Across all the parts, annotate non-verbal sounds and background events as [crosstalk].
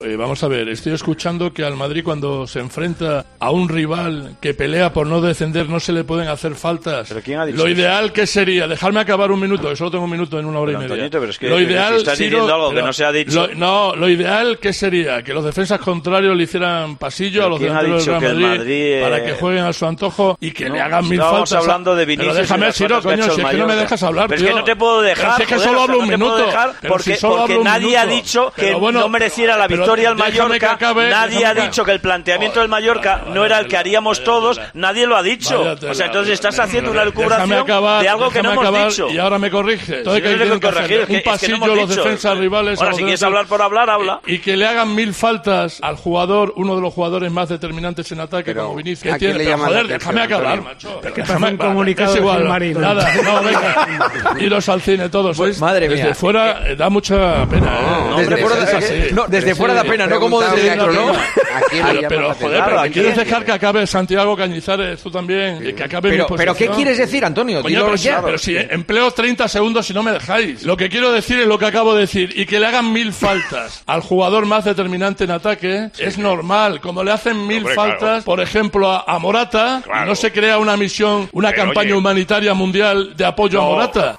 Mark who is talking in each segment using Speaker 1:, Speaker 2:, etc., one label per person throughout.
Speaker 1: Eh, vamos a ver, estoy escuchando que al Madrid cuando se enfrenta a un rival que pelea por no descender no se le pueden hacer faltas.
Speaker 2: quién ha dicho
Speaker 1: Lo
Speaker 2: eso?
Speaker 1: ideal que sería, dejarme acabar un minuto, que solo tengo un minuto en una hora
Speaker 2: Pero,
Speaker 1: y media.
Speaker 2: Antoñito, pero es que
Speaker 1: lo ideal,
Speaker 2: si estás
Speaker 1: Siro,
Speaker 2: diciendo algo que
Speaker 1: pero-
Speaker 2: no se ha dicho-
Speaker 1: lo- no, lo ideal que sería que los defensas contrarios le hicieran pasillo
Speaker 2: ¿Pero
Speaker 1: a los
Speaker 2: quién ha
Speaker 1: delanteros
Speaker 2: dicho
Speaker 1: del Real
Speaker 2: que el
Speaker 1: Madrid,
Speaker 2: Madrid, eh,
Speaker 1: para que jueguen a su antojo y que
Speaker 2: No,
Speaker 1: le hagan mil
Speaker 2: estábamos
Speaker 1: faltas.
Speaker 2: hablando de Vinicius
Speaker 1: Pero
Speaker 2: y
Speaker 1: déjame,
Speaker 2: las
Speaker 1: Siro,
Speaker 2: faltas que ha
Speaker 1: coño,
Speaker 2: hecho
Speaker 1: si
Speaker 2: el
Speaker 1: es que no me
Speaker 2: Mallorca.
Speaker 1: dejas hablar,
Speaker 2: Pero es
Speaker 1: tío.
Speaker 2: que no te puedo
Speaker 1: Pero
Speaker 2: dejar,
Speaker 1: es que
Speaker 2: joder,
Speaker 1: solo
Speaker 2: o sea,
Speaker 1: hablo
Speaker 2: no
Speaker 1: un
Speaker 2: te puedo
Speaker 1: minuto.
Speaker 2: dejar
Speaker 1: Pero
Speaker 2: porque-
Speaker 1: si solo
Speaker 2: porque
Speaker 1: hablo un
Speaker 2: nadie
Speaker 1: minuto.
Speaker 2: ha dicho que
Speaker 1: Pero bueno,
Speaker 2: no mereciera la victoria
Speaker 1: pero
Speaker 2: al
Speaker 1: déjame que
Speaker 2: Mallorca,
Speaker 1: acabe,
Speaker 2: nadie
Speaker 1: déjame
Speaker 2: ha dicho que el planteamiento del Mallorca
Speaker 1: Vale,
Speaker 2: no era el
Speaker 1: vale,
Speaker 2: que haríamos
Speaker 1: vale,
Speaker 2: todos,
Speaker 1: vale.
Speaker 2: nadie lo ha dicho.
Speaker 1: Vaya tela,
Speaker 2: o sea, entonces estás
Speaker 1: déjame
Speaker 2: haciendo una
Speaker 1: acabar,
Speaker 2: lucubración
Speaker 1: déjame acabar,
Speaker 2: de algo que no
Speaker 1: déjame
Speaker 2: hemos
Speaker 1: acabar,
Speaker 2: dicho.
Speaker 1: Y ahora me corriges. Entonces,
Speaker 2: Yo no
Speaker 1: ¿qué
Speaker 2: tengo
Speaker 1: tienen
Speaker 2: que
Speaker 1: que hacer?
Speaker 2: corregir, es que-
Speaker 1: Un
Speaker 2: es que no
Speaker 1: pasillo
Speaker 2: hemos
Speaker 1: a los
Speaker 2: dicho.
Speaker 1: defensas rivales. a
Speaker 2: Ahora,
Speaker 1: los
Speaker 2: si quieres
Speaker 1: defensas-
Speaker 2: hablar por hablar, habla.
Speaker 1: Y, y que le hagan mil faltas al jugador, uno de los jugadores más determinantes en ataque
Speaker 3: Pero,
Speaker 1: como Vinicius.
Speaker 3: ¿a quién
Speaker 1: que tiene-
Speaker 3: le
Speaker 1: pero,
Speaker 3: llaman la
Speaker 1: joder,
Speaker 3: atención,
Speaker 1: déjame acabar,
Speaker 3: Antonio?
Speaker 1: macho.
Speaker 4: que
Speaker 1: Pero
Speaker 4: pasó
Speaker 1: déjame-
Speaker 4: un
Speaker 1: vale,
Speaker 4: comunicado
Speaker 1: es
Speaker 4: del
Speaker 1: igual,
Speaker 4: Madrid.
Speaker 1: Nada,
Speaker 3: [laughs]
Speaker 1: no, venga. Iros al cine todos.
Speaker 3: Pues,
Speaker 1: sois-
Speaker 5: madre
Speaker 1: desde
Speaker 5: mía.
Speaker 1: fuera eh, da mucha pena. eh.
Speaker 5: desde
Speaker 1: Es
Speaker 5: fuera da-
Speaker 1: así.
Speaker 5: eh, no, desde
Speaker 1: Es
Speaker 5: fuera da
Speaker 1: así.
Speaker 5: pena, no como desde
Speaker 3: Preguntaba
Speaker 5: dentro, ¿no?
Speaker 3: a quién- a quién le llama
Speaker 1: Pero, pero,
Speaker 3: la
Speaker 1: joder,
Speaker 3: atención.
Speaker 1: pero
Speaker 3: ¿A quién
Speaker 1: ¿quieres
Speaker 3: le
Speaker 1: dejar que
Speaker 3: llama?
Speaker 1: acabe Santiago Cañizares tú también? Y Que acabe
Speaker 5: Pero,
Speaker 1: mi
Speaker 5: pero ¿qué
Speaker 1: posición.
Speaker 5: quieres decir, Antonio?
Speaker 1: Coño,
Speaker 5: Dilo
Speaker 1: pero,
Speaker 5: ya.
Speaker 1: si- pero si empleo 30 segundos si no me dejáis. Lo que quiero decir es lo que acabo de decir. Y que le hagan mil faltas al jugador más determinante en ataque es normal. Como le hacen mil
Speaker 6: Hombre,
Speaker 1: faltas,
Speaker 6: claro.
Speaker 1: por ejemplo, a, a Morata,
Speaker 6: Claro.
Speaker 1: no se crea una misión, una
Speaker 6: Pero,
Speaker 1: campaña
Speaker 6: oye.
Speaker 1: humanitaria mundial de apoyo a
Speaker 6: No.
Speaker 1: Morata.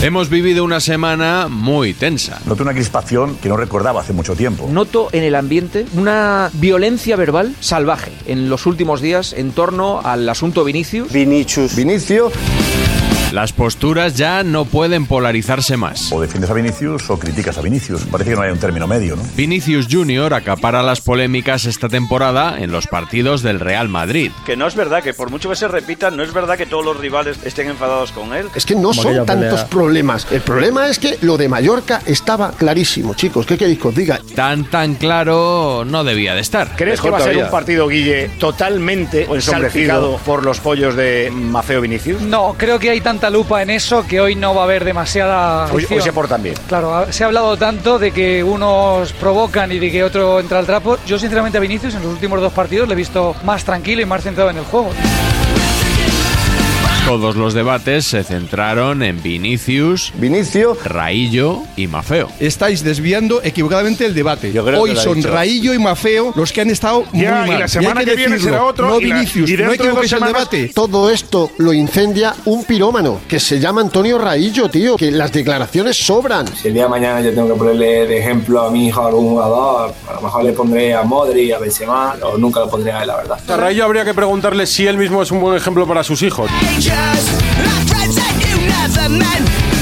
Speaker 7: Hemos vivido una semana muy tensa.
Speaker 8: Noto una crispación que no recordaba hace mucho tiempo.
Speaker 5: Noto en el ambiente una violencia verbal salvaje en los últimos días en torno al asunto Vinicius.
Speaker 8: Vinicius. Vinicio.
Speaker 7: Las posturas ya no pueden polarizarse más.
Speaker 8: O defiendes a Vinicius o criticas a Vinicius. Parece que no hay un término medio, ¿no?
Speaker 7: Vinicius Jr. acapara las polémicas esta temporada en los partidos del Real Madrid.
Speaker 2: Que no es verdad, que por mucho que se repitan, no es verdad que todos los rivales estén enfadados con él.
Speaker 9: Es que no son tantos problemas. El problema es que lo de Mallorca estaba clarísimo, chicos. ¿Qué queréis que os diga?
Speaker 7: Tan tan claro no debía de estar.
Speaker 10: ¿Crees que va a ser un partido, Guille, totalmente salpicado por los pollos de Mafeo Vinicius?
Speaker 11: No, creo que hay tanta lupa en eso que hoy no va a haber demasiada.
Speaker 10: Hoy, hoy
Speaker 11: fricción.
Speaker 10: se portan bien.
Speaker 11: Claro, ha- se ha hablado tanto de que unos provocan y de que otro entra al trapo. Yo, sinceramente, a Vinicius en los últimos dos partidos le he visto más tranquilo y más centrado en el juego.
Speaker 7: Todos los debates se centraron en Vinicius,
Speaker 12: Vinicio,
Speaker 7: Raillo y Mafeo.
Speaker 13: Estáis desviando equivocadamente el debate.
Speaker 7: que
Speaker 13: Hoy
Speaker 7: lo ha
Speaker 13: son
Speaker 7: dicho.
Speaker 13: Raillo y Mafeo los que han estado muy
Speaker 9: Ya,
Speaker 13: mal.
Speaker 9: y la
Speaker 13: Y hay
Speaker 9: semana que viene
Speaker 13: decirlo.
Speaker 9: será otro,
Speaker 13: No
Speaker 9: y la-
Speaker 13: Vinicius,
Speaker 9: y
Speaker 13: no
Speaker 9: dentro de dos
Speaker 13: equivoquéis el
Speaker 9: semanas-
Speaker 13: debate.
Speaker 9: Todo esto lo incendia un pirómano que se llama Antonio Raillo, tío. Que las declaraciones sobran.
Speaker 14: Si el día de mañana yo tengo que ponerle de ejemplo a mi hijo a algún jugador, a lo mejor le pondré a Modri, a Benzema, o nunca lo pondré a él, la verdad.
Speaker 1: A Rayo habría que preguntarle si él mismo es un buen ejemplo para sus hijos.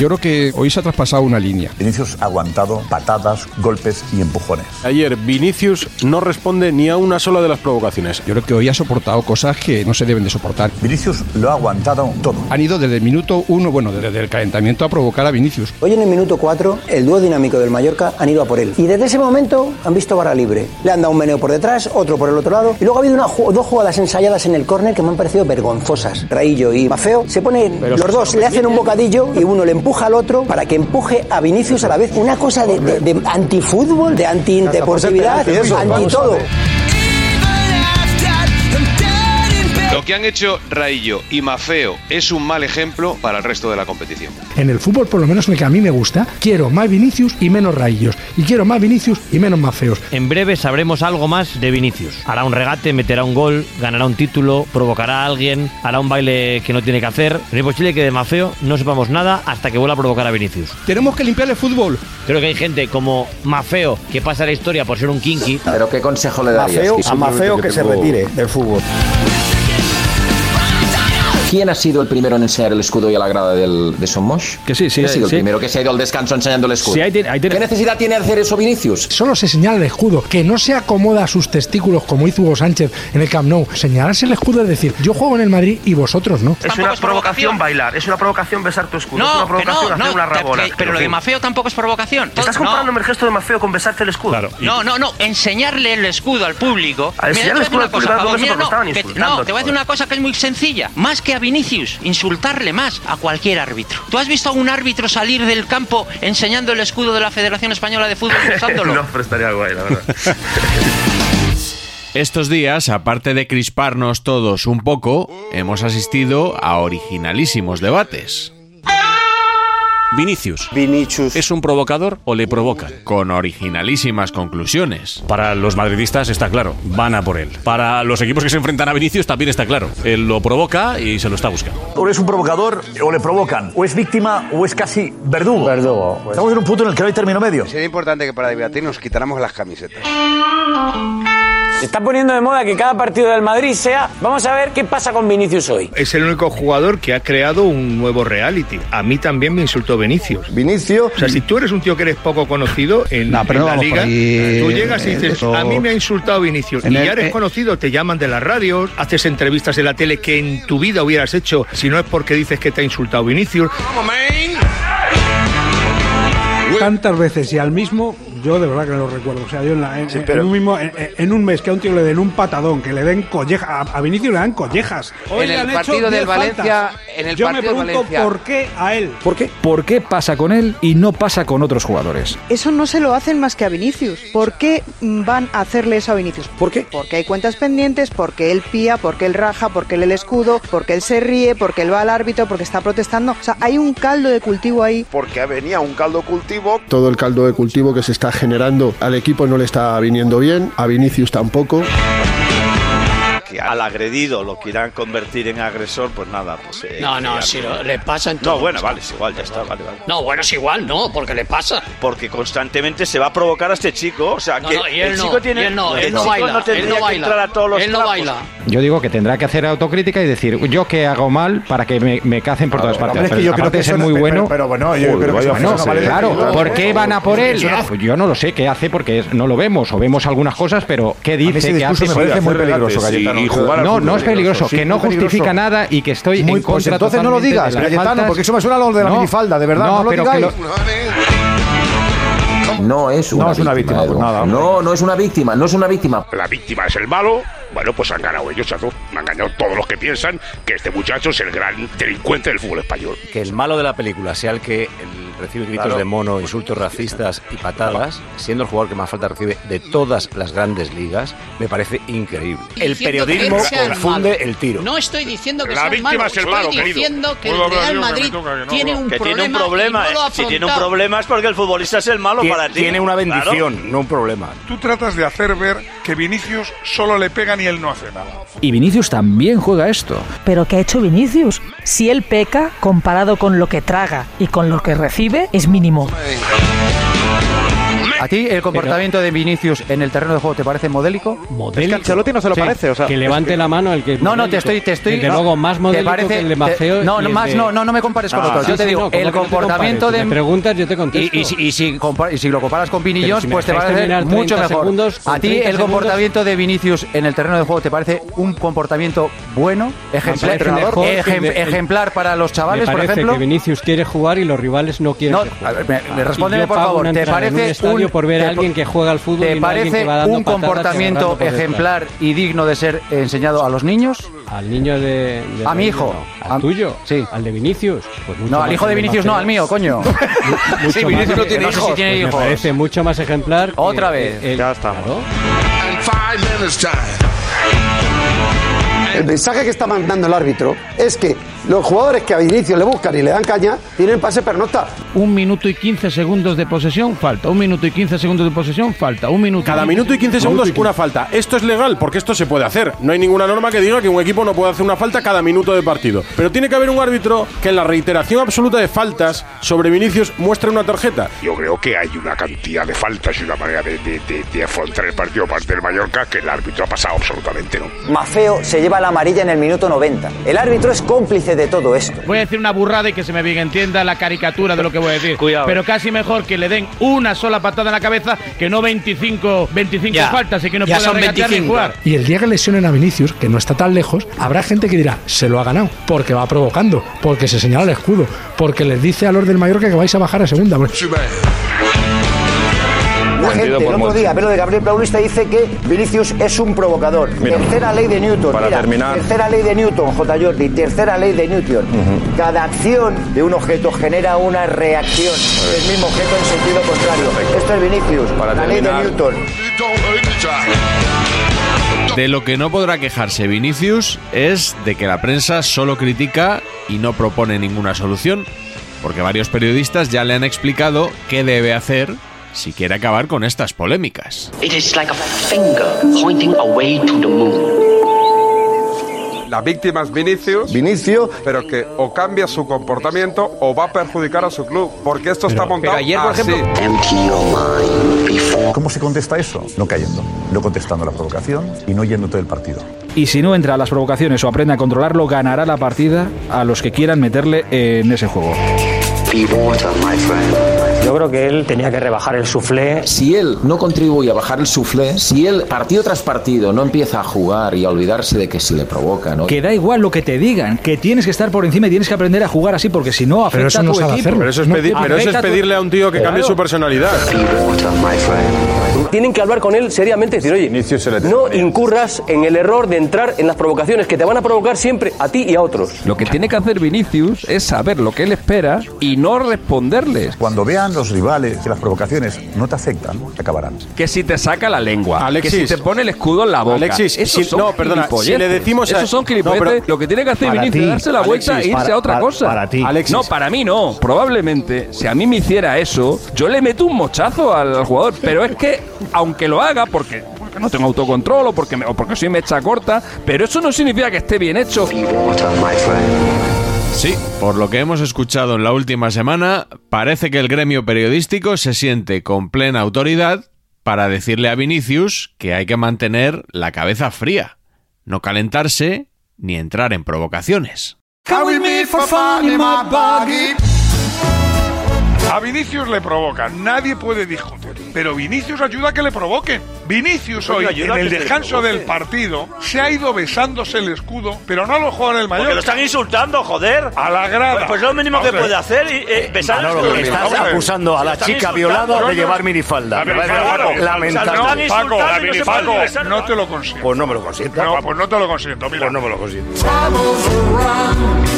Speaker 15: Yo creo que hoy se ha traspasado una línea.
Speaker 16: Vinicius ha aguantado patadas, golpes y empujones.
Speaker 3: Ayer Vinicius no responde ni a una sola de las provocaciones.
Speaker 15: Yo creo que hoy ha soportado cosas que no se deben de soportar.
Speaker 16: Vinicius lo ha aguantado todo.
Speaker 15: Han ido desde el minuto uno, bueno, desde el calentamiento a provocar a Vinicius.
Speaker 4: Hoy en el minuto 4, el dúo dinámico del Mallorca han ido a por él. Y desde ese momento han visto barra libre. Le han dado un meneo por detrás, otro por el otro lado. Y luego ha habido una ju- dos jugadas ensayadas en el córner que me han parecido vergonzosas. Raillo y Mafeo se ponen
Speaker 17: Pero
Speaker 4: los
Speaker 17: si
Speaker 4: dos,
Speaker 17: se lo
Speaker 4: le hacen un
Speaker 17: permiten.
Speaker 4: bocadillo y uno le empuja al otro para que empuje a Vinicius a la vez. Una cosa de, de- de antifútbol, de antideportividad, anti todo.
Speaker 18: Lo que han hecho Raillo y Mafeo es un mal ejemplo para el resto de la competición.
Speaker 19: En el fútbol, por lo menos en el que a mí me gusta, quiero más Vinicius y menos Raillos. Y quiero más Vinicius y menos más feos.
Speaker 20: En breve sabremos algo más de Vinicius. Hará un regate, meterá un gol, ganará un título, provocará a alguien, hará un baile que no tiene que hacer. No es posible que de Mafeo no sepamos nada hasta que vuelva a provocar a Vinicius.
Speaker 15: Tenemos que limpiar el fútbol.
Speaker 20: Creo que hay gente como Mafeo que pasa la historia por ser un kinky.
Speaker 21: Pero ¿qué consejo le
Speaker 18: Mafeo, a Mafeo que se retire
Speaker 21: del fútbol. ¿Quién ha sido el primero en enseñar el escudo y a la grada del, de Somos? Que sí, sí. ¿Quién ha
Speaker 22: sí,
Speaker 21: sido
Speaker 22: sí.
Speaker 21: el primero que se ha ido al descanso enseñando el escudo?
Speaker 22: Sí, ahí tiene- ahí tiene-
Speaker 21: ¿Qué necesidad tiene hacer eso Vinicius?
Speaker 19: Solo se señala el escudo, que no se acomoda a sus testículos como hizo Hugo Sánchez en el Camp Nou. Señalarse el escudo es decir, yo juego en el Madrid y vosotros no.
Speaker 23: Es una provocación bailar, es una provocación besar tu escudo,
Speaker 24: No,
Speaker 23: es una
Speaker 24: que
Speaker 23: provocación
Speaker 24: no,
Speaker 23: hacer
Speaker 24: no,
Speaker 23: una
Speaker 24: te-
Speaker 23: rabola.
Speaker 24: que- pero lo de Mafeo tampoco es provocación.
Speaker 23: Estás
Speaker 24: No.
Speaker 23: comparando el gesto de Mafeo con besarte el escudo.
Speaker 24: No, no, no, enseñarle el escudo al público.
Speaker 23: Al enseñarle
Speaker 24: te voy
Speaker 23: el escudo
Speaker 24: a
Speaker 23: al
Speaker 24: decir una cosa,
Speaker 23: público,
Speaker 24: Pablo,
Speaker 23: no,
Speaker 24: mira,
Speaker 23: porque
Speaker 24: no,
Speaker 23: estaban
Speaker 24: que- no, te voy a
Speaker 23: insultando,
Speaker 24: decir una cosa que es muy sencilla. Más que a Vinicius, insultarle más a cualquier árbitro. ¿Tú has visto a un árbitro salir del campo enseñando el escudo de la Federación Española
Speaker 23: [laughs]
Speaker 24: de Fútbol
Speaker 25: [laughs]
Speaker 24: y usándolo?
Speaker 23: no, pero estaría guay, la verdad.
Speaker 26: [laughs] Estos días, aparte de crisparnos todos un poco, hemos asistido a originalísimos debates. Vinicius. Vinicius. ¿Es un provocador o le provocan? Con originalísimas conclusiones.
Speaker 27: Para los madridistas está claro, van a por él. Para los equipos que se enfrentan a Vinicius también está claro. Él lo provoca y se lo está buscando.
Speaker 16: O es un provocador o le provocan. O es víctima o es casi verdugo. Verdugo. Estamos en un punto en el que no hay término medio.
Speaker 28: Sería importante que para debatir nos quitáramos las camisetas.
Speaker 29: Se está poniendo de moda que cada partido del Madrid sea. Vamos a ver qué pasa con Vinicius hoy.
Speaker 7: Es el único jugador que ha creado un nuevo reality. A mí también me insultó Vinicius. Vinicio. O sea, si tú eres un tío que eres poco conocido en,
Speaker 30: No, pero
Speaker 7: en
Speaker 30: no
Speaker 7: la
Speaker 30: vamos
Speaker 7: liga,
Speaker 30: por ahí,
Speaker 7: tú llegas y dices,
Speaker 30: eso-
Speaker 7: a mí me ha insultado Vinicius.
Speaker 30: En
Speaker 7: y
Speaker 30: el-
Speaker 7: ya eres
Speaker 30: eh.
Speaker 7: conocido, te llaman de las radios, haces entrevistas en la tele que en tu vida hubieras hecho si no es porque dices que te ha insultado Vinicius.
Speaker 29: Tantas veces y al mismo, yo de verdad que no lo recuerdo. O sea, yo en, la- en-
Speaker 28: Sí, pero-
Speaker 29: en un, mismo, en, en un mes que a un tío le den un patadón, que le den collejas, a, a Vinicius le dan collejas. Hoy
Speaker 31: En
Speaker 29: le
Speaker 31: el
Speaker 29: han hecho
Speaker 31: partido del
Speaker 29: 10 faltas.
Speaker 31: Valencia- en el
Speaker 29: yo
Speaker 31: partido
Speaker 29: me
Speaker 31: del
Speaker 29: pregunto
Speaker 31: Valencia.
Speaker 29: por qué a él.
Speaker 27: ¿Por qué? ¿Por qué pasa con él y no pasa con otros jugadores?
Speaker 28: Eso no se lo hacen más que a Vinicius. ¿Por qué van a hacerle eso a Vinicius? ¿Por qué? Porque hay cuentas pendientes, porque él pía, porque él raja, porque él el escudo, porque él se ríe, porque él va al árbitro, porque está protestando. O sea, hay un caldo de cultivo ahí. Porque venía un caldo cultivo.
Speaker 9: Todo el caldo de cultivo que se está generando al equipo no le está viniendo bien, a Vinicius tampoco.
Speaker 2: Que al agredido lo quieran convertir en agresor, pues nada, pues. eh,
Speaker 29: No, no,
Speaker 2: ya
Speaker 29: si
Speaker 2: no.
Speaker 29: lo- le pasa en
Speaker 2: No,
Speaker 29: todo.
Speaker 2: bueno, vale, es igual, ya está, vale, vale.
Speaker 29: No, bueno, es igual, no, porque le pasa.
Speaker 2: Porque constantemente se va a provocar a este chico, o sea,
Speaker 29: No,
Speaker 2: que
Speaker 29: no, y él
Speaker 2: el
Speaker 29: no,
Speaker 2: chico tiene.
Speaker 29: y él no,
Speaker 2: el
Speaker 29: él no
Speaker 2: chico
Speaker 29: baila, él
Speaker 2: tendría
Speaker 29: no
Speaker 2: que
Speaker 29: baila,
Speaker 2: entrar a todos los
Speaker 29: él no
Speaker 2: trapos.
Speaker 29: baila.
Speaker 27: Yo digo que tendrá que hacer autocrítica y decir, yo qué hago mal para que me, me cacen por todas partes.
Speaker 32: hombre, es que yo creo
Speaker 27: Aparte
Speaker 32: que
Speaker 27: de ser
Speaker 32: eso
Speaker 27: muy
Speaker 32: no-
Speaker 27: bueno.
Speaker 32: pero- pero bueno, yo creo que eso
Speaker 27: bueno,
Speaker 32: no vale de
Speaker 27: claro,
Speaker 32: titular,
Speaker 27: ¿por
Speaker 32: ¿no?
Speaker 27: qué van a por él?
Speaker 32: Eso
Speaker 27: Pues Yo no lo sé qué hace porque es- no lo vemos o vemos algunas cosas, pero qué
Speaker 32: mí ese
Speaker 27: dice que
Speaker 32: discurso
Speaker 27: hace.
Speaker 32: me parece muy peligroso,
Speaker 27: Hacer
Speaker 32: Cayetano.
Speaker 27: y jugar al
Speaker 32: No,
Speaker 27: fútbol
Speaker 32: no es peligroso,
Speaker 27: Sí,
Speaker 32: que no
Speaker 27: muy peligroso.
Speaker 32: justifica
Speaker 27: nada y que
Speaker 32: Muy-
Speaker 27: estoy en
Speaker 32: pues
Speaker 27: contra.
Speaker 32: entonces no lo
Speaker 27: totalmente
Speaker 32: digas,
Speaker 27: de las
Speaker 32: Cayetano,
Speaker 27: faltas.
Speaker 32: porque eso me suena a lo de la minifalda, de verdad, no lo
Speaker 27: pero que
Speaker 32: digáis.
Speaker 21: No es una
Speaker 32: No es una víctima,
Speaker 21: Edu.
Speaker 32: por nada, hombre.
Speaker 21: no, no es una víctima, no es una víctima.
Speaker 7: La víctima es el malo. Bueno, pues han ganado ellos, chato. Han ganado todos los que piensan que este muchacho es el gran delincuente del fútbol español.
Speaker 25: Que el malo de la película sea el que el- recibe gritos
Speaker 7: Claro.
Speaker 25: de mono, insultos racistas y patadas, siendo el jugador que más falta recibe de todas las grandes ligas, me parece increíble. El
Speaker 29: Diciendo que él
Speaker 25: periodismo
Speaker 29: sea el
Speaker 25: confunde
Speaker 29: malo.
Speaker 25: el tiro.
Speaker 29: No estoy diciendo que
Speaker 25: La
Speaker 29: sea el
Speaker 25: víctima
Speaker 29: malo,
Speaker 25: es el
Speaker 29: estoy
Speaker 25: malo, querido.
Speaker 29: diciendo que
Speaker 25: Puedo
Speaker 29: el
Speaker 25: hablar yo,
Speaker 29: Real
Speaker 25: que me
Speaker 29: Madrid
Speaker 25: toca, que no.
Speaker 29: tiene un
Speaker 2: que
Speaker 29: problema.
Speaker 2: tiene un problema.
Speaker 29: y no lo ha
Speaker 2: eh. Si tiene un
Speaker 29: afrontado.
Speaker 2: problema es porque el futbolista es el malo
Speaker 25: Tie-
Speaker 2: para ti.
Speaker 25: Tiene una
Speaker 2: Claro.
Speaker 25: bendición, no un problema.
Speaker 33: Tú tratas de hacer ver que Vinicius solo le pega ni él no hace nada.
Speaker 27: Y Vinicius también juega esto.
Speaker 34: Pero ¿qué ha hecho Vinicius? Si él peca, comparado con lo que traga y con lo que recibe, es mínimo.
Speaker 27: ¿A ti el comportamiento de Vinicius en el terreno de juego te parece modélico?
Speaker 24: Es que Ancelotti no se lo
Speaker 27: Sí.
Speaker 24: parece. O sea,
Speaker 27: Que
Speaker 24: es
Speaker 27: levante
Speaker 24: que-
Speaker 27: la mano el que.
Speaker 24: No, no, te
Speaker 27: modélico.
Speaker 24: estoy- te estoy-
Speaker 27: Desde
Speaker 24: no,
Speaker 27: luego, más
Speaker 24: te
Speaker 27: modélico
Speaker 24: parece-
Speaker 27: que el
Speaker 24: te-
Speaker 27: de Maceo.
Speaker 24: no,
Speaker 27: y
Speaker 24: no,
Speaker 27: el
Speaker 24: más
Speaker 27: de-
Speaker 24: no, no, no me compares con otros. Yo te digo,
Speaker 27: no, ¿cómo
Speaker 24: el
Speaker 27: que te
Speaker 24: comportamiento
Speaker 27: compares?
Speaker 24: de-
Speaker 27: Si me preguntas, yo te contesto.
Speaker 24: Y- y si-
Speaker 27: si,
Speaker 24: lo comparas con Vini
Speaker 27: Pero
Speaker 24: Jones,
Speaker 27: si me
Speaker 24: pues te
Speaker 27: dejáis
Speaker 24: parece
Speaker 27: terminar
Speaker 24: mucho
Speaker 27: 30
Speaker 24: mejor.
Speaker 27: segundos,
Speaker 24: a ti
Speaker 27: 30
Speaker 24: el
Speaker 27: segundos.
Speaker 24: comportamiento de Vinicius en el terreno de juego te parece un comportamiento bueno, ejemplar,
Speaker 27: parece mejor que
Speaker 24: ejem-
Speaker 27: el de-
Speaker 24: ejemplar para los
Speaker 27: me
Speaker 24: chavales, por
Speaker 27: parece
Speaker 24: ejemplo.
Speaker 27: que Vinicius quiere jugar y los rivales no quieren
Speaker 24: No,
Speaker 27: que juegue.
Speaker 24: a ver, me- me
Speaker 27: Y
Speaker 24: respóndeme,
Speaker 27: yo
Speaker 24: por
Speaker 27: pago
Speaker 24: favor,
Speaker 27: una
Speaker 24: ¿te
Speaker 27: entrada en un
Speaker 24: parece
Speaker 27: estadio
Speaker 24: un-
Speaker 27: por ver
Speaker 24: te-
Speaker 27: a alguien que juega al fútbol y
Speaker 24: ¿Te
Speaker 27: no a alguien
Speaker 24: parece
Speaker 27: que va dando
Speaker 24: un
Speaker 27: patadas y
Speaker 24: comportamiento
Speaker 27: agarrando por detrás?
Speaker 24: ejemplar y digno de ser enseñado a los niños?
Speaker 27: Al niño de. de
Speaker 24: A mi
Speaker 27: Rodrigo,
Speaker 24: hijo.
Speaker 27: no. ¿Al tuyo? Sí. ¿Al de Vinicius? Pues mucho
Speaker 24: No,
Speaker 27: más
Speaker 24: al hijo
Speaker 27: que
Speaker 24: de
Speaker 27: el
Speaker 24: Vinicius no,
Speaker 27: Maceo.
Speaker 24: al mío, coño.
Speaker 27: Mucho
Speaker 24: Sí,
Speaker 27: más
Speaker 24: Vinicius
Speaker 27: que-
Speaker 24: no tiene
Speaker 27: no sé si
Speaker 24: hijos.
Speaker 27: tiene
Speaker 24: Pues me
Speaker 27: hijos. Me parece mucho más ejemplar.
Speaker 24: Otra vez.
Speaker 27: ya estamos.
Speaker 35: El mensaje que está mandando el árbitro es que los jugadores que a Vinicius le buscan y le dan caña tienen pase pernocta.
Speaker 36: Un minuto y 15 segundos de posesión, falta. Un minuto y 15 segundos de posesión, falta. Un minuto.
Speaker 3: Cada minuto y 15 segundos una falta. Esto es legal porque esto se puede hacer. No hay ninguna norma que diga que un equipo no puede hacer una falta cada minuto de partido. Pero tiene que haber un árbitro que en la reiteración absoluta de faltas sobre Vinicius muestre una tarjeta. Yo creo que hay una cantidad de faltas y una manera de, de- de- de afrontar el partido parte del Mallorca que el árbitro ha pasado absolutamente no.
Speaker 4: Mafeo se lleva la amarilla en el minuto 90. El árbitro es cómplice de todo esto.
Speaker 36: Voy a decir una burrada y que se me bien entienda la caricatura de lo que voy a decir. Cuidado. Pero casi mejor que le den una sola patada en la cabeza que no 25, 25
Speaker 3: Ya.
Speaker 36: faltas y que no
Speaker 3: Ya
Speaker 36: pueda
Speaker 3: son
Speaker 36: regatear ni
Speaker 3: 25.
Speaker 36: jugar.
Speaker 19: Y el día que lesionen a Vinicius, que no está tan lejos, habrá gente que dirá, se lo ha ganado, porque va provocando, porque se señala el escudo, porque les dice a los del Mallorca que vais a bajar a segunda. hombre.
Speaker 4: La gente, el otro día, pero de Gabriel Paulista dice que Vinicius es un provocador. Mira, tercera ley de Newton. para mira, terminar- Tercera ley de Newton, J. Jordi. Tercera ley de Newton. Cada acción de un objeto genera una reacción del mismo objeto en sentido contrario. Esto es Vinicius. la ley de Newton.
Speaker 7: De lo que no podrá quejarse Vinicius es de que la prensa solo critica y no propone ninguna solución, porque varios periodistas ya le han explicado qué debe hacer si quiere acabar con estas polémicas.
Speaker 37: It is like a finger pointing away to the moon.
Speaker 38: La víctima es Vinicius. Vinicio. Pero que o cambia su comportamiento o va a perjudicar a su club. Porque esto está montado
Speaker 33: Ah,
Speaker 38: así.
Speaker 39: ¿Cómo se contesta eso? No cayendo, no contestando la provocación y no yéndote del partido.
Speaker 40: Y si no entra a las provocaciones o aprende a controlarlo, ganará la partida a los que quieran meterle en ese juego.
Speaker 41: Yo creo que él tenía que rebajar el suflé. Si él no contribuye a bajar el suflé, si él partido tras partido no empieza a jugar y a olvidarse de que se le provoca, ¿no?
Speaker 40: Que da igual lo que te digan, que tienes que estar por encima y tienes que aprender a jugar así porque si no afecta
Speaker 3: Pero eso no
Speaker 40: a tu
Speaker 3: sabe
Speaker 40: equipo.
Speaker 3: hacerlo. Pero eso es pedi- pero eso es
Speaker 40: Afecta tu-
Speaker 3: pedirle a un tío que cambie su personalidad.
Speaker 39: Tienen que hablar con él seriamente y decir, oye, no incurras en el error de entrar en las provocaciones que te van a provocar siempre a ti y a otros.
Speaker 42: Lo que tiene que hacer Vinicius es saber lo que él espera y no responderles.
Speaker 39: Cuando vean los rivales que las provocaciones no te afectan, acabarán.
Speaker 42: Que si te saca la lengua, que
Speaker 39: Alexis.
Speaker 42: si te pone el escudo en la boca.
Speaker 39: Alexis,
Speaker 42: esos
Speaker 39: si-
Speaker 42: son
Speaker 39: no, perdona,
Speaker 42: gilipolleces.
Speaker 39: si le decimos a-
Speaker 42: esos son
Speaker 39: no,
Speaker 42: gilipolleces.
Speaker 39: pero-
Speaker 42: lo que tiene que hacer
Speaker 39: Para
Speaker 42: Vinicius
Speaker 39: ti,
Speaker 42: es darse la vuelta
Speaker 39: Alexis,
Speaker 42: e irse
Speaker 39: para-
Speaker 42: a otra
Speaker 39: para-
Speaker 42: cosa.
Speaker 39: para ti.
Speaker 42: Alexis. No, para mí no. Probablemente, si a mí me hiciera eso, yo le meto un mochazo al, al jugador. Pero es que, aunque lo haga, porque porque no tengo autocontrol o porque, me- o porque soy mecha corta, pero eso no significa que esté bien hecho.
Speaker 7: Sí, por lo que hemos escuchado en la última semana, parece que el gremio periodístico se siente con plena autoridad para decirle a Vinicius que hay que mantener la cabeza fría, no calentarse ni entrar en provocaciones.
Speaker 33: A Vinicius le provoca, nadie puede discutir. Pero Vinicius ayuda a que le provoquen. Vinicius
Speaker 2: Coño,
Speaker 33: hoy, en
Speaker 2: ayuda a
Speaker 33: el
Speaker 2: que se le
Speaker 33: descanso
Speaker 2: provoque.
Speaker 33: del partido, se ha ido besándose el escudo, pero no a los jugadores del
Speaker 2: Porque
Speaker 33: mayor.
Speaker 2: lo están
Speaker 33: insultando, joder. A la grada.
Speaker 2: Pues- pues lo mínimo que puede hacer, eh,
Speaker 33: es
Speaker 2: besar el escudo. Estás acusando a la chica violada de llevar minifalda.
Speaker 33: La
Speaker 2: Me parece
Speaker 33: minifalda,
Speaker 2: algo lamentable.
Speaker 33: No,
Speaker 2: Están insultando
Speaker 33: Paco, la
Speaker 2: y no se
Speaker 33: minifalda.
Speaker 2: puede besar.
Speaker 33: No te lo consiento. Pues no me lo consiento. No, pues no te lo consiento. Mira. Pues no me lo consiento.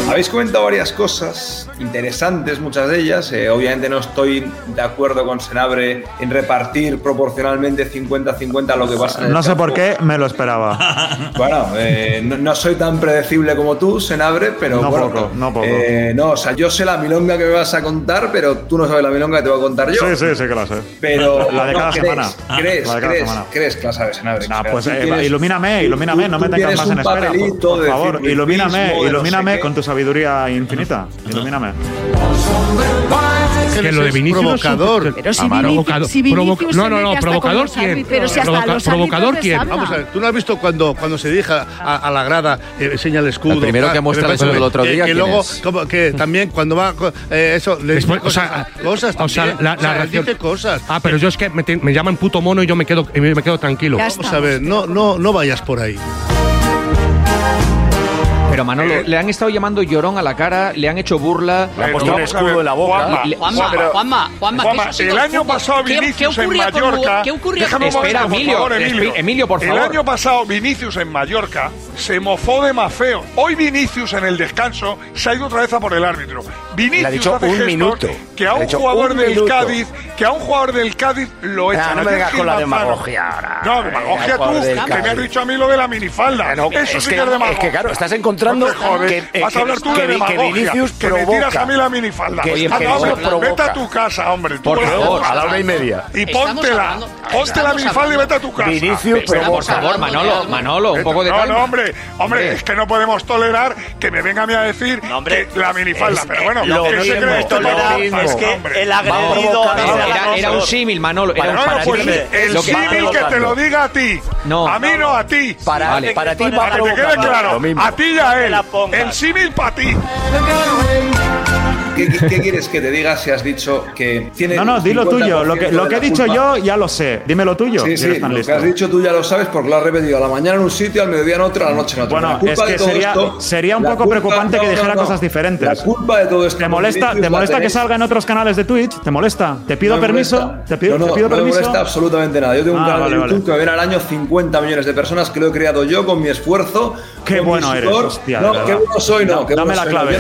Speaker 29: Habéis comentado varias cosas interesantes, muchas de ellas. Eh, obviamente no estoy de acuerdo con Senabre en repartir proporcionalmente 50-50
Speaker 7: 50 lo que pasa. en el
Speaker 2: No sé
Speaker 7: campo.
Speaker 2: por qué me
Speaker 7: [laughs]
Speaker 2: lo esperaba.
Speaker 7: Bueno, eh, no, no soy tan predecible como tú, Senabre, pero
Speaker 2: No
Speaker 7: bueno,
Speaker 2: poco, no poco.
Speaker 7: eh, no, o sea, yo sé la milonga que me vas a contar, pero tú no sabes la milonga que te voy a contar yo.
Speaker 2: Sí, sí, sí que la sé.
Speaker 7: Pero
Speaker 2: La de
Speaker 7: no,
Speaker 2: cada
Speaker 7: crees,
Speaker 2: semana. Ah,
Speaker 7: Crees,
Speaker 2: La de cada
Speaker 7: crees,
Speaker 2: semana.
Speaker 7: crees que la sabes, Senabre.
Speaker 2: Ah,
Speaker 7: O sea,
Speaker 2: pues
Speaker 7: tú
Speaker 2: eh,
Speaker 7: tienes-
Speaker 2: ilumíname,
Speaker 7: tú-
Speaker 2: ilúminame,
Speaker 7: tú-
Speaker 2: no
Speaker 7: tú
Speaker 2: me tengas
Speaker 7: tienes
Speaker 2: más
Speaker 7: un
Speaker 2: en espera. Por,
Speaker 7: papelito
Speaker 2: por
Speaker 7: de
Speaker 2: favor,
Speaker 7: circuncismo, de
Speaker 2: ilumíname,
Speaker 7: no sé
Speaker 2: ilumíname
Speaker 7: qué.
Speaker 2: con tu sabiduría infinita. Ilumíname.
Speaker 1: Que lo de Vinicius es un-
Speaker 2: Provocador.
Speaker 27: Pero si
Speaker 2: Amaro.
Speaker 27: Vinicius, si
Speaker 1: Provo-
Speaker 27: Vinicius
Speaker 1: no,
Speaker 27: se
Speaker 1: no,
Speaker 27: mete
Speaker 1: no,
Speaker 27: hasta con
Speaker 1: provocador
Speaker 27: los
Speaker 1: quién.
Speaker 27: árbitros- Pero si hasta
Speaker 1: Provoca-
Speaker 27: los
Speaker 1: provocador
Speaker 27: árbitros les
Speaker 1: quién.
Speaker 27: habla.
Speaker 43: Vamos a ver, tú no has visto cuando, cuando se dirija a, a la grada, eh, señala el escudo.
Speaker 44: El primero
Speaker 43: tal,
Speaker 44: que muestra
Speaker 43: me
Speaker 44: el
Speaker 43: parece
Speaker 44: escudo el otro
Speaker 43: que-
Speaker 44: día,
Speaker 43: Que
Speaker 44: ¿quién
Speaker 43: luego,
Speaker 44: es?
Speaker 43: como que también cuando va. co- eh, eso, le
Speaker 29: Después,
Speaker 43: dice
Speaker 29: o sea,
Speaker 43: cosas, cosas.
Speaker 29: o sea,
Speaker 43: también.
Speaker 29: la- la
Speaker 43: O sea,
Speaker 29: reacción-
Speaker 43: dice cosas.
Speaker 29: Ah, pero yo es que me, te- me llaman puto mono y yo me quedo, y me quedo tranquilo.
Speaker 43: Vamos a ver, no, no, no vayas por ahí.
Speaker 27: Pero Manolo, le han estado llamando llorón a la cara, le han hecho burla,
Speaker 33: Le han puesto un escudo en la boca.
Speaker 27: Le-
Speaker 33: Juanma,
Speaker 27: pero-
Speaker 33: Juanma, Juanma, que eso ha sido
Speaker 27: el
Speaker 33: el
Speaker 27: año
Speaker 33: fútbol.
Speaker 27: pasado
Speaker 33: ¿Qué-
Speaker 27: Vinicius
Speaker 33: qué
Speaker 27: en
Speaker 33: ocurría con
Speaker 27: Mallorca.
Speaker 33: Hugo- qué ocurría
Speaker 27: Déjame
Speaker 33: con-
Speaker 27: un momento,
Speaker 33: Espera,
Speaker 27: por
Speaker 33: Emilio,
Speaker 27: favor,
Speaker 33: espe-
Speaker 27: Emilio. Emilio, por
Speaker 33: El
Speaker 27: favor.
Speaker 33: año pasado Vinicius en Mallorca se mofó de más feo. Hoy Vinicius en el descanso se ha ido otra vez a por el árbitro. Vinicius
Speaker 44: Le ha dicho
Speaker 33: hace
Speaker 44: un
Speaker 33: gestos
Speaker 44: minuto.
Speaker 33: que a
Speaker 44: Le ha
Speaker 33: un
Speaker 44: dicho
Speaker 33: jugador
Speaker 44: un
Speaker 33: del
Speaker 44: minuto.
Speaker 33: Cádiz, que a un jugador del Cádiz lo
Speaker 44: Ah,
Speaker 33: echan.
Speaker 44: no me
Speaker 33: Ayer
Speaker 44: vengas
Speaker 33: Gil
Speaker 44: con la
Speaker 33: Manzano.
Speaker 44: demagogia ahora.
Speaker 33: No, demagogia
Speaker 44: Venga, jugador del
Speaker 33: tú, que me
Speaker 44: Cádiz.
Speaker 33: has dicho a mí lo de la minifalda.
Speaker 44: No,
Speaker 33: Eso
Speaker 44: es
Speaker 33: sí
Speaker 44: que-
Speaker 33: que, es demagogia.
Speaker 44: es que, claro, estás encontrando
Speaker 33: No te jodes.
Speaker 44: que-
Speaker 33: Vas a
Speaker 44: que-
Speaker 33: hablar tú
Speaker 44: que-
Speaker 33: de
Speaker 44: que
Speaker 33: demagogia.
Speaker 44: Vinicius
Speaker 33: que me
Speaker 44: provoca.
Speaker 33: tiras a mí la minifalda.
Speaker 44: Que- que
Speaker 33: Anda,
Speaker 44: Vinicius
Speaker 33: hombre, Vete
Speaker 44: provoca.
Speaker 33: a tu casa, hombre. Tú
Speaker 44: Por
Speaker 33: eres
Speaker 44: favor,
Speaker 33: un
Speaker 44: a la hora y
Speaker 33: santo.
Speaker 44: media.
Speaker 33: Y
Speaker 44: Estamos
Speaker 33: póntela.
Speaker 44: hablando-
Speaker 33: Póntela
Speaker 44: estamos
Speaker 33: minifalda y
Speaker 44: hablando-
Speaker 33: vete a tu casa.
Speaker 44: Vinicius Pero,
Speaker 27: por provoca. favor, Manolo, Manolo, un
Speaker 33: Esto-
Speaker 27: poco de
Speaker 33: No,
Speaker 27: calma.
Speaker 33: no, hombre. Hombre, es que no podemos tolerar que me venga a mí a decir que la minifalda.
Speaker 27: es-
Speaker 33: Pero bueno,
Speaker 27: lo
Speaker 33: ¿qué se
Speaker 27: mismo,
Speaker 33: cree
Speaker 27: lo
Speaker 33: esto? No,
Speaker 27: mismo.
Speaker 33: hombre,
Speaker 27: Es que
Speaker 33: hombre.
Speaker 27: el agredido- Vamos,
Speaker 33: No,
Speaker 27: era-
Speaker 33: no,
Speaker 27: era
Speaker 33: no,
Speaker 27: un
Speaker 33: no.
Speaker 27: símil, Manolo, era
Speaker 33: Bueno,
Speaker 27: un para
Speaker 33: pues
Speaker 27: ti.
Speaker 33: el
Speaker 27: Lo que-
Speaker 33: símil que te lo diga a ti.
Speaker 27: No.
Speaker 33: A mí no, a ti.
Speaker 27: Para- Vale. para ti va
Speaker 33: Para que te quede
Speaker 27: provocando.
Speaker 33: claro.
Speaker 27: Lo mismo.
Speaker 33: A ti y
Speaker 7: No
Speaker 33: a
Speaker 7: te
Speaker 33: él.
Speaker 7: la pongas.
Speaker 33: El símil para ti.
Speaker 7: ¿Qué, qué- qué quieres que te diga si has dicho que tiene.
Speaker 2: No, no, di lo
Speaker 7: 50%
Speaker 2: tuyo. Lo que, lo que he
Speaker 7: de la
Speaker 2: dicho
Speaker 7: culpa?
Speaker 2: yo ya lo sé. Dime lo tuyo.
Speaker 7: Sí,
Speaker 2: si
Speaker 7: sí,
Speaker 2: eres tan
Speaker 7: lo
Speaker 2: listo.
Speaker 7: que has dicho tú ya lo sabes porque lo has repetido a la mañana en un sitio, al mediodía en otro, a la noche en otro.
Speaker 2: Bueno,
Speaker 7: La culpa
Speaker 2: es
Speaker 7: de
Speaker 2: que
Speaker 7: todo
Speaker 2: sería,
Speaker 7: esto-
Speaker 2: sería un
Speaker 7: la
Speaker 2: poco
Speaker 7: culpa-
Speaker 2: preocupante que
Speaker 7: no, no,
Speaker 2: dijera
Speaker 7: no.
Speaker 2: cosas diferentes.
Speaker 7: La culpa de todo esto.
Speaker 2: ¿Te molesta,
Speaker 7: Vinicius,
Speaker 2: ¿te
Speaker 7: la
Speaker 2: molesta que
Speaker 7: tenéis-
Speaker 2: salga en otros canales de Twitch? ¿Te molesta? ¿Te pido
Speaker 7: No me
Speaker 2: permiso?
Speaker 7: molesta.
Speaker 2: ¿Te
Speaker 7: no,
Speaker 2: pido,
Speaker 7: no,
Speaker 2: te pido
Speaker 7: no
Speaker 2: permiso?
Speaker 7: me molesta absolutamente nada. Yo tengo un
Speaker 2: Ah,
Speaker 7: canal
Speaker 2: vale,
Speaker 7: de YouTube
Speaker 2: vale.
Speaker 7: que ven al año 50 millones de personas que lo he creado yo con mi esfuerzo.
Speaker 2: Qué
Speaker 7: con mi
Speaker 2: bueno eres,
Speaker 7: sudor.
Speaker 2: hostia, de
Speaker 7: No,
Speaker 2: verdad.
Speaker 7: qué bueno soy, no.
Speaker 2: Da-
Speaker 7: qué bueno
Speaker 2: dame la
Speaker 7: soy,
Speaker 2: clave.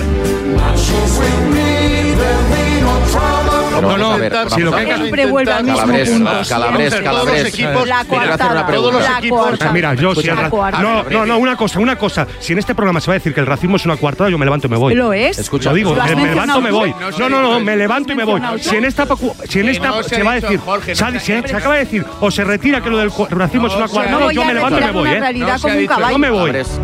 Speaker 7: Pero
Speaker 29: No,
Speaker 7: vamos a
Speaker 29: no,
Speaker 7: ver,
Speaker 29: si lo
Speaker 7: vamos
Speaker 29: que hay
Speaker 7: a
Speaker 29: que
Speaker 7: ver.
Speaker 27: Siempre vuelve al mismo
Speaker 29: Calabres,
Speaker 27: punto.
Speaker 29: calabres,
Speaker 27: Siempre.
Speaker 29: calabres.
Speaker 27: Todos los equipos, La
Speaker 29: Quiero hacer una pregunta.
Speaker 27: coartada, la
Speaker 29: Todos los equipos-
Speaker 27: coartada.
Speaker 29: Ah, Mira, yo si
Speaker 27: La
Speaker 29: es ra-
Speaker 27: coartada.
Speaker 29: No, no, no, una cosa, una cosa. Si en este programa se va a decir que el racismo es una coartada, yo me levanto y me voy.
Speaker 27: Lo es.
Speaker 29: Lo digo,
Speaker 27: Lo has
Speaker 29: me
Speaker 27: mencionado
Speaker 29: levanto me
Speaker 27: tú.
Speaker 29: voy.
Speaker 27: No,
Speaker 29: No, no, no, me levanto y me voy.
Speaker 27: mencionado tú.
Speaker 29: Si en esta pacu- si en
Speaker 27: Que
Speaker 29: esta
Speaker 27: no se
Speaker 29: se va a
Speaker 27: ha dicho,
Speaker 29: decir,
Speaker 27: Jorge, no
Speaker 29: sal-
Speaker 27: se ha
Speaker 29: se
Speaker 27: dicho.
Speaker 29: se acaba de decir o se retira que lo del co- racismo es una
Speaker 27: No se ha
Speaker 29: coartada, yo
Speaker 27: dicho.
Speaker 29: me levanto y me
Speaker 27: Una
Speaker 29: voy, ¿eh?
Speaker 27: realidad
Speaker 29: No se
Speaker 27: como
Speaker 29: ha
Speaker 27: un
Speaker 29: dicho.
Speaker 27: caballo.
Speaker 29: No me voy.
Speaker 27: Calabres.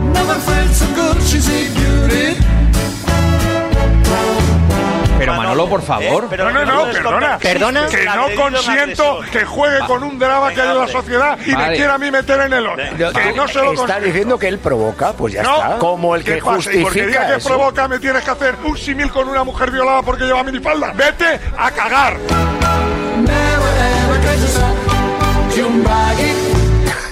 Speaker 27: Pero Manolo, por favor.
Speaker 33: No, no, no, perdona.
Speaker 27: Perdona.
Speaker 33: Que no consiento que juegue con un drama que hay en la sociedad y me
Speaker 44: Vale.
Speaker 33: quiera a mí meter en el hoyo. Que no se lo
Speaker 44: Eh, Está
Speaker 33: consiento.
Speaker 44: diciendo que él provoca, pues ya
Speaker 33: No.
Speaker 44: está. Como el
Speaker 33: ¿Qué
Speaker 44: que
Speaker 33: pasa? Y porque diga
Speaker 44: justifica
Speaker 33: que
Speaker 44: eso.
Speaker 33: provoca, me tienes que hacer un símil con una mujer violada porque lleva minifalda. ¡Vete a cagar!
Speaker 44: [laughs]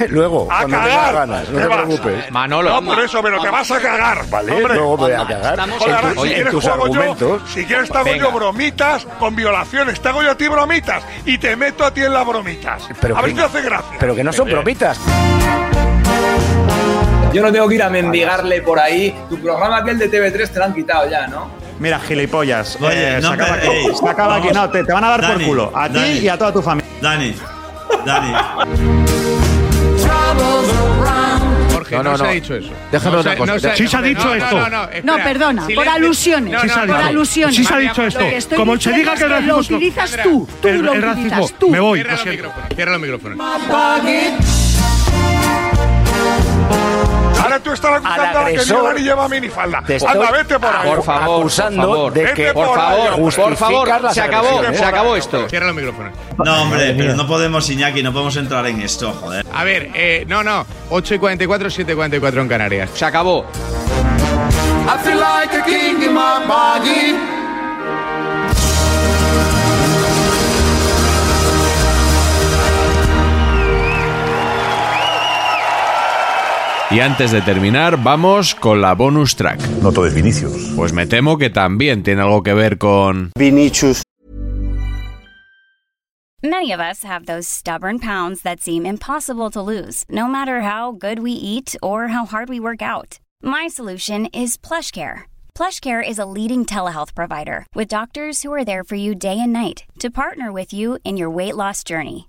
Speaker 44: Luego,
Speaker 33: ¡A
Speaker 44: cuando
Speaker 33: cagar!
Speaker 44: tengas ganas, no
Speaker 33: Te
Speaker 44: te
Speaker 33: vas.
Speaker 44: preocupes.
Speaker 33: No, por eso, pero te vas a cagar.
Speaker 44: Vale,
Speaker 33: hombre.
Speaker 44: luego voy a cagar.
Speaker 33: Joder,
Speaker 44: En tu-
Speaker 33: ahora, si
Speaker 44: oye, en
Speaker 33: quieres
Speaker 44: tus
Speaker 33: juego yo,
Speaker 44: argumentos.
Speaker 33: si quieres te hago
Speaker 44: Venga.
Speaker 33: yo bromitas con violaciones, te hago yo a ti bromitas y te meto a ti en las bromitas.
Speaker 44: Pero
Speaker 33: a ver
Speaker 44: que-
Speaker 33: si te hace gracia.
Speaker 44: Pero que no son bromitas.
Speaker 7: Yo no tengo que ir a mendigarle por ahí. Tu programa aquel de TV3 te lo han quitado ya, ¿no?
Speaker 2: Mira, gilipollas.
Speaker 44: Oye,
Speaker 2: Eh,
Speaker 44: no
Speaker 2: se acaba
Speaker 44: me-
Speaker 2: aquí.
Speaker 44: ey,
Speaker 2: se acaba aquí. No, te, te van a dar
Speaker 44: Dani,
Speaker 2: por culo. A ti
Speaker 44: Dani.
Speaker 2: y a toda tu familia.
Speaker 44: Dani,
Speaker 29: [laughs]
Speaker 44: Dani.
Speaker 45: Jorge,
Speaker 44: No,
Speaker 45: no,
Speaker 44: no,
Speaker 45: se
Speaker 44: no.
Speaker 45: ha dicho eso.
Speaker 44: Déjame
Speaker 45: no
Speaker 44: una cosa,
Speaker 45: No
Speaker 44: sí se ha dicho
Speaker 45: no,
Speaker 44: esto.
Speaker 45: No, no, no, espera.
Speaker 46: No, perdona, por
Speaker 45: Silencio.
Speaker 46: alusiones.
Speaker 45: No, no,
Speaker 46: por
Speaker 45: no.
Speaker 46: alusiones.
Speaker 45: Sí se ha dicho
Speaker 46: Lo
Speaker 45: esto.
Speaker 46: que estoy
Speaker 45: Como se
Speaker 46: diciendo
Speaker 45: diga
Speaker 46: es
Speaker 45: que el
Speaker 46: lo
Speaker 45: racismo-
Speaker 46: utilizas tú. Tú
Speaker 45: El-
Speaker 46: lo
Speaker 45: el
Speaker 46: utilizas
Speaker 45: racismo.
Speaker 46: tú.
Speaker 45: Me voy, lo Cierra los siento. micrófonos. Cierra los micrófonos.
Speaker 33: Ahora tú estás acusando a la que
Speaker 44: agresor,
Speaker 33: violan y lleva minifalda.
Speaker 44: te
Speaker 33: Anda,
Speaker 44: estoy
Speaker 33: vete por ahí.
Speaker 44: por favor, acusando por favor, de
Speaker 33: Vete
Speaker 44: que-
Speaker 33: por,
Speaker 44: por
Speaker 33: ahí,
Speaker 44: favor,
Speaker 33: hombre.
Speaker 44: por favor, se acabó,
Speaker 45: se
Speaker 44: acabó
Speaker 45: esto. Cierra los micrófonos.
Speaker 46: No, hombre, pero no podemos, Iñaki, no podemos entrar en esto, joder.
Speaker 45: A ver, eh, no, no. 8 y 44, 7 y 44 en Canarias. Se acabó.
Speaker 47: I feel like a king in my body.
Speaker 48: Y antes de terminar, vamos con la bonus track. No todo es Vinicius. Pues me temo que también tiene algo que ver con... Vinicius.
Speaker 49: Many of us have those stubborn pounds that seem impossible to lose, no matter how good we eat or how hard we work out. My solution is PlushCare. PlushCare is a leading telehealth provider with doctors who are there for you day and night to partner with you in your weight loss journey.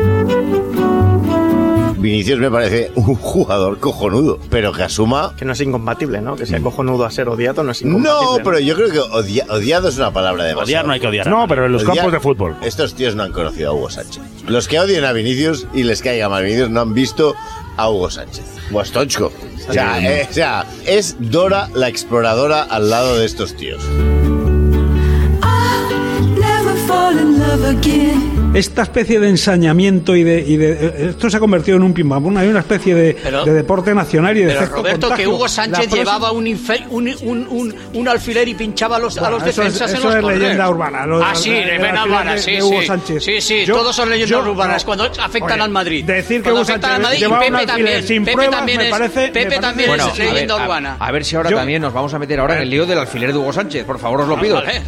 Speaker 43: Vinicius me parece un jugador cojonudo, pero que asuma... Que no es incompatible, ¿no? Que sea cojonudo a ser odiado no es
Speaker 50: incompatible,
Speaker 43: No, pero yo creo que odia- odiado es una palabra de
Speaker 50: Odiar no hay que odiar.
Speaker 43: No, pero
Speaker 50: en los campos de
Speaker 43: fútbol. Estos tíos no han conocido a Hugo Sánchez. Los que odien a Vinicius y les caiga mal Vinicius no han visto a Hugo Sánchez. O a Stoichkov. O sea,
Speaker 4: Sí.
Speaker 43: eh, o sea, es Dora la exploradora al lado de estos tíos.
Speaker 9: Never fall in love again.
Speaker 4: Esta especie de ensañamiento y de, y de- esto se ha convertido en un pim pam pum. Hay una especie de,
Speaker 6: Pero-
Speaker 4: de deporte nacional y de
Speaker 6: Pero
Speaker 4: sexto
Speaker 6: Roberto, que
Speaker 4: contagio.
Speaker 6: Hugo
Speaker 4: La
Speaker 6: Sánchez
Speaker 4: próxima-
Speaker 6: llevaba un, infe- un, un, un, un alfiler y pinchaba a los, a los
Speaker 4: eso es-
Speaker 6: defensas en
Speaker 4: eso
Speaker 6: los
Speaker 4: es
Speaker 6: corners.
Speaker 4: leyenda urbana, lo-
Speaker 6: ah, sí,
Speaker 4: el- el
Speaker 6: leyenda
Speaker 4: alfiler
Speaker 6: urbana,
Speaker 4: de-
Speaker 6: sí,
Speaker 4: de Hugo
Speaker 6: sí.
Speaker 4: Sánchez.
Speaker 6: Sí, sí,
Speaker 4: Yo-
Speaker 6: todos son leyendas
Speaker 4: yo-
Speaker 6: urbanas cuando afectan
Speaker 4: Oye,
Speaker 6: al Madrid.
Speaker 4: decir que
Speaker 6: cuando
Speaker 4: Hugo
Speaker 6: afectan al Madrid
Speaker 4: Sánchez llevaba
Speaker 6: y
Speaker 4: un
Speaker 6: Pepe
Speaker 4: alfiler
Speaker 6: también.
Speaker 4: sin
Speaker 6: Pepe
Speaker 4: pruebas,
Speaker 6: también
Speaker 4: me
Speaker 6: es,
Speaker 4: parece- me
Speaker 6: Pepe
Speaker 4: parece
Speaker 6: también
Speaker 4: Bueno,
Speaker 6: es
Speaker 4: a ver,
Speaker 6: leyenda
Speaker 4: a-
Speaker 6: urbana.
Speaker 27: A ver si ahora también nos vamos a meter ahora en el lío del alfiler de Hugo Sánchez. Por favor, os lo pido.
Speaker 6: Ah, Vale.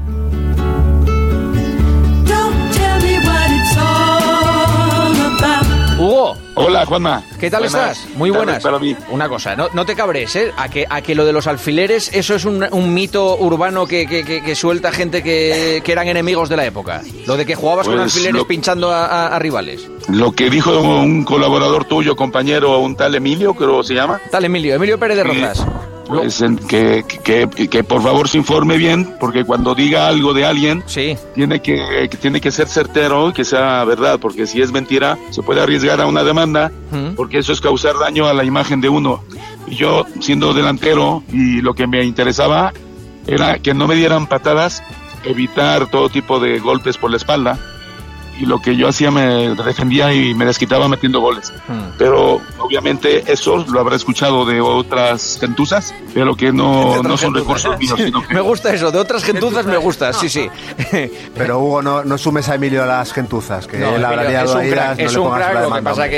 Speaker 9: Don't tell me what it's all about.
Speaker 27: Hugo.
Speaker 44: Hola, Juanma.
Speaker 27: ¿Qué tal
Speaker 44: Buenas
Speaker 27: estás? Muy buenas.
Speaker 44: tardes para
Speaker 27: Una cosa, no, no te cabres, ¿eh? A que, a que lo de los alfileres, eso es un, un mito urbano que, que- que- que suelta gente que, que eran enemigos de la época. Lo de que jugabas con
Speaker 44: Pues
Speaker 27: alfileres
Speaker 44: lo-
Speaker 27: pinchando a, a- a rivales.
Speaker 44: Lo que dijo
Speaker 33: Oh.
Speaker 44: un colaborador tuyo, compañero, un tal Emilio, creo que se llama.
Speaker 27: Tal Emilio, Emilio Pérez de Rozas.
Speaker 44: Pues, en- que, que- que- que por favor se informe bien, porque cuando diga algo de alguien, tiene, que, que tiene que ser certero y que sea verdad, porque si es mentira, se puede arriesgar a una demanda,
Speaker 6: ¿Mm?
Speaker 44: porque eso es causar daño a la imagen de uno. Y yo, siendo delantero, y lo que me interesaba era que no me dieran patadas, evitar todo tipo de golpes por la espalda. Y lo que yo hacía me defendía y me desquitaba metiendo goles
Speaker 27: Hmm.
Speaker 44: pero obviamente eso lo habrá escuchado de otras gentusas, pero que no, no son recursos
Speaker 27: [laughs]
Speaker 44: míos, sino
Speaker 27: Me gusta eso, de otras gentuzas me gusta, sí, sí.
Speaker 51: [laughs] Pero Hugo, no, no sumes a Emilio a las gentuzas, que
Speaker 27: No,
Speaker 51: él habrá
Speaker 27: Emilio,
Speaker 51: liado ahí
Speaker 27: es un
Speaker 51: las-
Speaker 27: crack,
Speaker 51: no
Speaker 27: es
Speaker 51: le
Speaker 27: un
Speaker 51: pongas
Speaker 27: crack,
Speaker 51: la
Speaker 27: lo que
Speaker 51: demanda,
Speaker 27: pasa que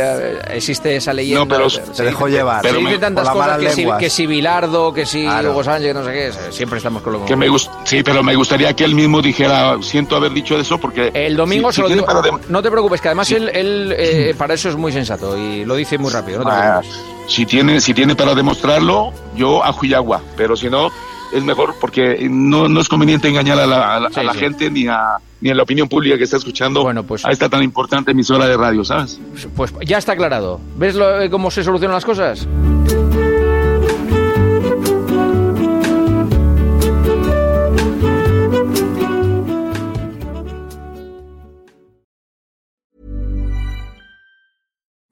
Speaker 27: eh, existe esa leyenda.
Speaker 51: No, pero
Speaker 27: se
Speaker 51: se dejó
Speaker 27: dice-
Speaker 51: llevar.
Speaker 27: Se
Speaker 51: Pero
Speaker 27: dicen
Speaker 51: me-
Speaker 27: tantas
Speaker 51: por las
Speaker 27: cosas
Speaker 51: malas
Speaker 27: que si,
Speaker 51: lenguas.
Speaker 27: que si Bilardo, que si
Speaker 44: Claro.
Speaker 27: Hugo Sánchez, no sé qué, siempre estamos con lo
Speaker 44: que me gus- sí, pero me gustaría que él mismo dijera, siento haber dicho eso porque
Speaker 27: El domingo se lo digo. No te preocupes, que además
Speaker 44: Sí.
Speaker 27: él, él, eh, para eso es muy sensato y lo dice muy rápido. No te
Speaker 44: Ah,
Speaker 27: preocupes.
Speaker 44: si tiene si tiene para demostrarlo, yo a Juyagua, pero si no es mejor porque no, no es conveniente engañar a la, a la- a
Speaker 27: Sí,
Speaker 44: la
Speaker 27: sí.
Speaker 44: gente ni a ni a la opinión pública que está escuchando a esta tan importante emisora de radio, ¿sabes?
Speaker 27: Pues ya está aclarado. ¿Ves lo- eh, cómo se solucionan las cosas?